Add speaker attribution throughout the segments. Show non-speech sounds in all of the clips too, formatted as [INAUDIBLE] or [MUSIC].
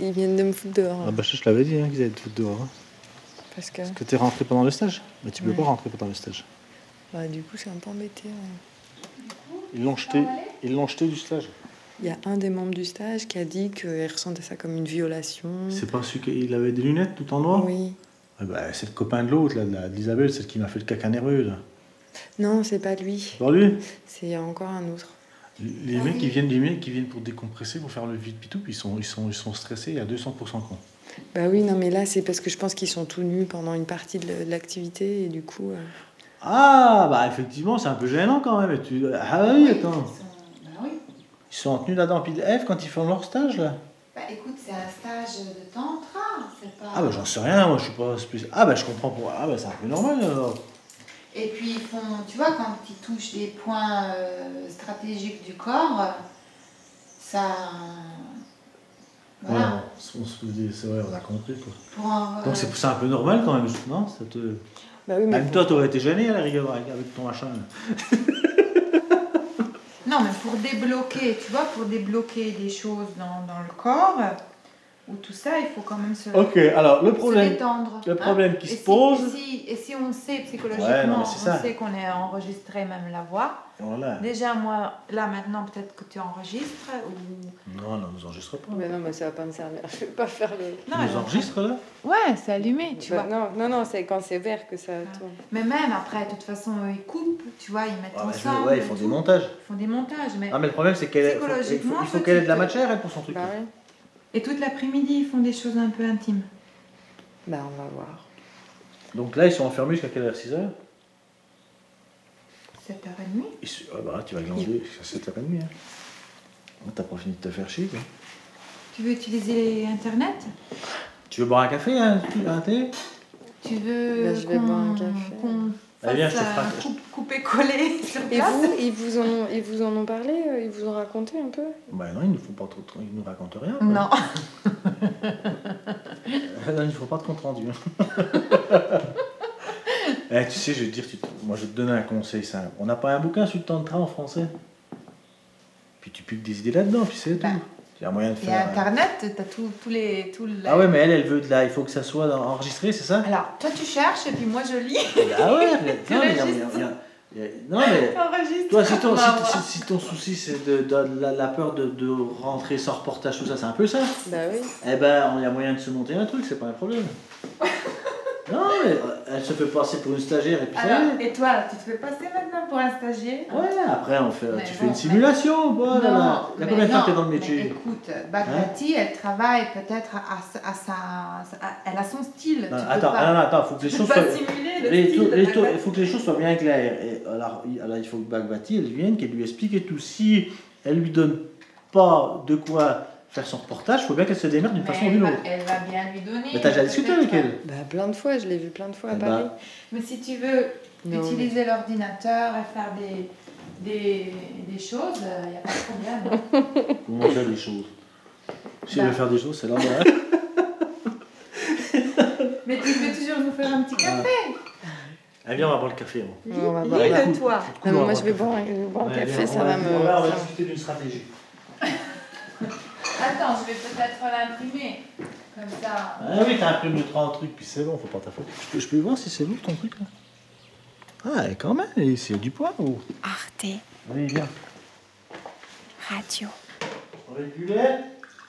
Speaker 1: Ils viennent de me foutre dehors.
Speaker 2: Ah bah, je je l'avais dit hein, qu'ils allaient te foutre dehors. hein.
Speaker 1: Parce que.
Speaker 2: Parce que t'es rentré pendant le stage. Mais tu peux
Speaker 1: Ouais.
Speaker 2: pas rentrer pendant le stage.
Speaker 1: Bah, du coup, c'est un peu hein. embêté. ouais.
Speaker 2: Ils l'ont jeté, ils l'ont jeté du stage.
Speaker 1: Il y a un des membres du stage qui a dit qu'il ressentait ça comme une violation.
Speaker 2: C'est pas celui qui avait des lunettes tout en noir
Speaker 1: Mm. Oui.
Speaker 2: Ah bah, C'est le copain de l'autre, là, de la- d'Isabelle, celle qui m'a fait le caca nerveux. Là.
Speaker 1: Non, c'est pas lui.
Speaker 2: Par lui
Speaker 1: C'est encore un autre.
Speaker 2: Les mecs qui viennent, les mecs qui viennent pour décompresser, pour faire le vide pitou, puis ils sont, ils sont, ils sont stressés à 200% con.
Speaker 1: Bah oui, non, mais là, c'est parce que je pense qu'ils sont tout nus pendant une partie de l- de l'activité et du coup. euh,
Speaker 2: Ah bah effectivement, c'est un peu gênant quand même. et tu- Ah oui, attends.
Speaker 3: Ils sont- Bah oui.
Speaker 2: Ils sont en tenue là dans pile F quand ils font leur stage là.
Speaker 1: Ah.
Speaker 3: Bah écoute, c'est un stage de tantra, c'est pas.
Speaker 2: Ah bah j'en sais rien, moi je suis pas spécial. Ah bah je comprends pour. Ah bah c'est un peu normal alors.
Speaker 3: Et puis ils font, tu vois, quand ils touchent des points euh, stratégiques du corps, euh, ça. Voilà.
Speaker 2: Ouais, on, on se faisait- c'est vrai, on a compris quoi.
Speaker 3: Pour en-
Speaker 2: Donc c'est c'est un peu normal quand même, non ça te...
Speaker 1: Bah oui, mais.
Speaker 2: euh, Même toi t'aurais été gêné à la rigueur avec, avec ton machin. là.
Speaker 3: Non, mais pour débloquer, tu vois, pour débloquer des choses dans, dans le corps, euh, ou tout ça, il faut quand même se,
Speaker 2: Ok, alors le
Speaker 3: se
Speaker 2: problème.
Speaker 3: détendre.
Speaker 2: Le
Speaker 3: hein.
Speaker 2: problème qui
Speaker 3: Et
Speaker 2: se
Speaker 3: si-
Speaker 2: pose.
Speaker 3: Et si, et si on sait psychologiquement,
Speaker 2: Ouais, non, mais c'est ça.
Speaker 3: on sait qu'on est enregistré même la voix.
Speaker 2: Voilà.
Speaker 3: Déjà, moi, là maintenant, peut-être que tu enregistres ou.
Speaker 2: Non, non, nous enregistre pas.
Speaker 1: Bah non, mais ça va pas me servir. [LAUGHS] Je vais pas faire les.
Speaker 2: Tu nous enregistres là
Speaker 3: Ouais, c'est allumé, tu
Speaker 1: Bah
Speaker 3: vois.
Speaker 1: non, non, non, c'est quand c'est vert que ça tourne.
Speaker 3: Mais même après, de toute façon, eux, ils coupent, tu vois, ils mettent
Speaker 2: Ah bah, je-
Speaker 3: ensemble.
Speaker 2: Ouais, ils font des
Speaker 3: tout.
Speaker 2: montages.
Speaker 3: Ils font des montages, mais.
Speaker 2: Ah mais le problème c'est qu'elle faut- il faut,
Speaker 3: Psychologiquement,
Speaker 2: il faut
Speaker 3: toi,
Speaker 2: qu'elle ait
Speaker 3: tu
Speaker 2: de la
Speaker 3: te-
Speaker 2: matière elle pour son truc.
Speaker 1: Bah oui.
Speaker 3: Et toute l'après-midi, ils font des choses un peu intimes.
Speaker 1: Bah on va voir.
Speaker 2: Donc là ils sont enfermés jusqu'à quelle heure 6h
Speaker 3: 7h30
Speaker 2: Ils se- Ah bah tu vas glander jusqu'à 7h30. Hein. Oh, T'as pas fini de te faire chier quoi.
Speaker 3: Tu veux utiliser Internet
Speaker 2: Tu veux boire un café, un, un thé
Speaker 3: Tu veux.
Speaker 1: Bah, je vais
Speaker 3: qu'on-
Speaker 1: boire un café.
Speaker 3: qu'on
Speaker 2: Allez, Bah, viens,
Speaker 3: fasse,
Speaker 2: je te
Speaker 3: euh,
Speaker 2: frappe.
Speaker 3: coupe- Couper-coller [LAUGHS] sur
Speaker 1: Et
Speaker 3: place
Speaker 1: vous, ils vous en ont, ils vous en ont parlé euh, Ils vous ont raconté un peu
Speaker 2: Bah non, ils nous font pas trop, ils nous racontent rien. quoi.
Speaker 3: Non.
Speaker 2: Ah non, ils font pas de compte rendu. [LAUGHS] Eh, tu sais, je vais te dire, tu te- moi je vais te donner un conseil simple. On n'a pas un bouquin sur le tantra en français Puis tu piques des idées là-dedans, puis c'est tout.
Speaker 3: Bah.
Speaker 2: Il y a moyen de
Speaker 3: Il y a
Speaker 2: faire. un-
Speaker 3: Internet, t'as tout- tous les. Tout le-
Speaker 2: Ah ouais, mais elle, elle veut de là, il faut que ça soit dans- enregistré, c'est
Speaker 3: [LAUGHS]
Speaker 2: ça
Speaker 3: Alors, toi, tu cherches, et puis moi, je lis.
Speaker 2: [LAUGHS] Ah ouais, mais-
Speaker 3: Tu
Speaker 2: non, mais il y a- il y a- il y a- il y a- non, mais
Speaker 3: Enregistre.
Speaker 2: toi, si ton,
Speaker 3: on
Speaker 2: si,
Speaker 3: va voir.
Speaker 2: si- si ton souci c'est de, de- la, la peur de, de rentrer sans reportage, tout ça, c'est un peu ça.
Speaker 1: Bah oui.
Speaker 2: Eh ben, il y a moyen de se monter un truc, c'est pas un
Speaker 3: [LAUGHS]
Speaker 2: problème. non, mais euh, elle se fait passer pour une stagiaire et puis ça y est.
Speaker 3: Alors, et toi, tu te fais passer maintenant pour un stagiaire
Speaker 2: Ouais, après, on fait,
Speaker 3: Mais
Speaker 2: tu
Speaker 3: bon,
Speaker 2: fais une
Speaker 3: mais-
Speaker 2: simulation, bon, là, là. Il y a
Speaker 3: mais
Speaker 2: combien de temps
Speaker 3: non,
Speaker 2: que t'es dans le
Speaker 3: mais
Speaker 2: métier Hein
Speaker 3: Écoute, Bagrati, elle travaille peut-être à, sa- à sa. à- Elle a son style.
Speaker 2: Non,
Speaker 3: tu peux
Speaker 2: Attends, hein,
Speaker 3: pas,
Speaker 2: non, non, attends, faut que les
Speaker 3: tu
Speaker 2: choses
Speaker 3: peux
Speaker 2: soient.
Speaker 3: pas simuler le
Speaker 2: les
Speaker 3: style
Speaker 2: to-
Speaker 3: de
Speaker 2: les to- Il
Speaker 3: Bhagwati.
Speaker 2: faut que les choses soient bien claires. Et alors, il- alors, il faut que Bagbati, elle vienne, qu'elle lui explique et tout. Si elle lui donne pas de quoi faire son reportage, faut bien qu'elle se démerde d'une
Speaker 3: Mais bah,
Speaker 2: façon ou
Speaker 3: elle
Speaker 2: d'une
Speaker 3: va-
Speaker 2: autre.
Speaker 3: Elle va bien lui donner.
Speaker 2: Mais t'as déjà discuté avec
Speaker 3: peut-être.
Speaker 2: elle
Speaker 1: Bah plein de fois, je l'ai vu plein de fois à
Speaker 2: Eh
Speaker 1: Paris.
Speaker 2: ben,
Speaker 3: Mais si tu veux
Speaker 1: Non.
Speaker 3: utiliser l'ordinateur et faire des, des, des choses, il n'y a pas de problème.
Speaker 2: [LAUGHS] Comment faire les choses Si
Speaker 3: Bah.
Speaker 2: elle veut faire des choses, c'est là.
Speaker 3: mais tu peux toujours nous faire un petit café.
Speaker 2: Elle vient, on va boire le café. Bah, on.
Speaker 1: Non, on va boire.
Speaker 2: Cool,
Speaker 1: là.
Speaker 3: Lis-le toi.
Speaker 2: cool,
Speaker 1: Non, mais
Speaker 2: on
Speaker 1: moi
Speaker 2: va
Speaker 1: je vais
Speaker 2: boire
Speaker 1: boire
Speaker 2: le
Speaker 1: un, je vais boire un
Speaker 2: Ouais,
Speaker 1: café,
Speaker 2: viens,
Speaker 1: ça va
Speaker 2: on on va- on
Speaker 1: me.
Speaker 2: va discuter d'une stratégie.
Speaker 3: Attends, je vais peut-être l'imprimer. Comme ça.
Speaker 2: Ah oui, t'as imprimé le trois trucs, puis c'est bon, faut pas ta faute. Je peux, je peux voir si c'est lourd ton truc là Ah, et quand même, et c'est du poids ou
Speaker 4: Arte
Speaker 2: Allez, viens.
Speaker 4: Radio.
Speaker 2: On du lait,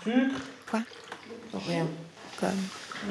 Speaker 2: sucre.
Speaker 4: Quoi
Speaker 1: Rien.
Speaker 4: Comme.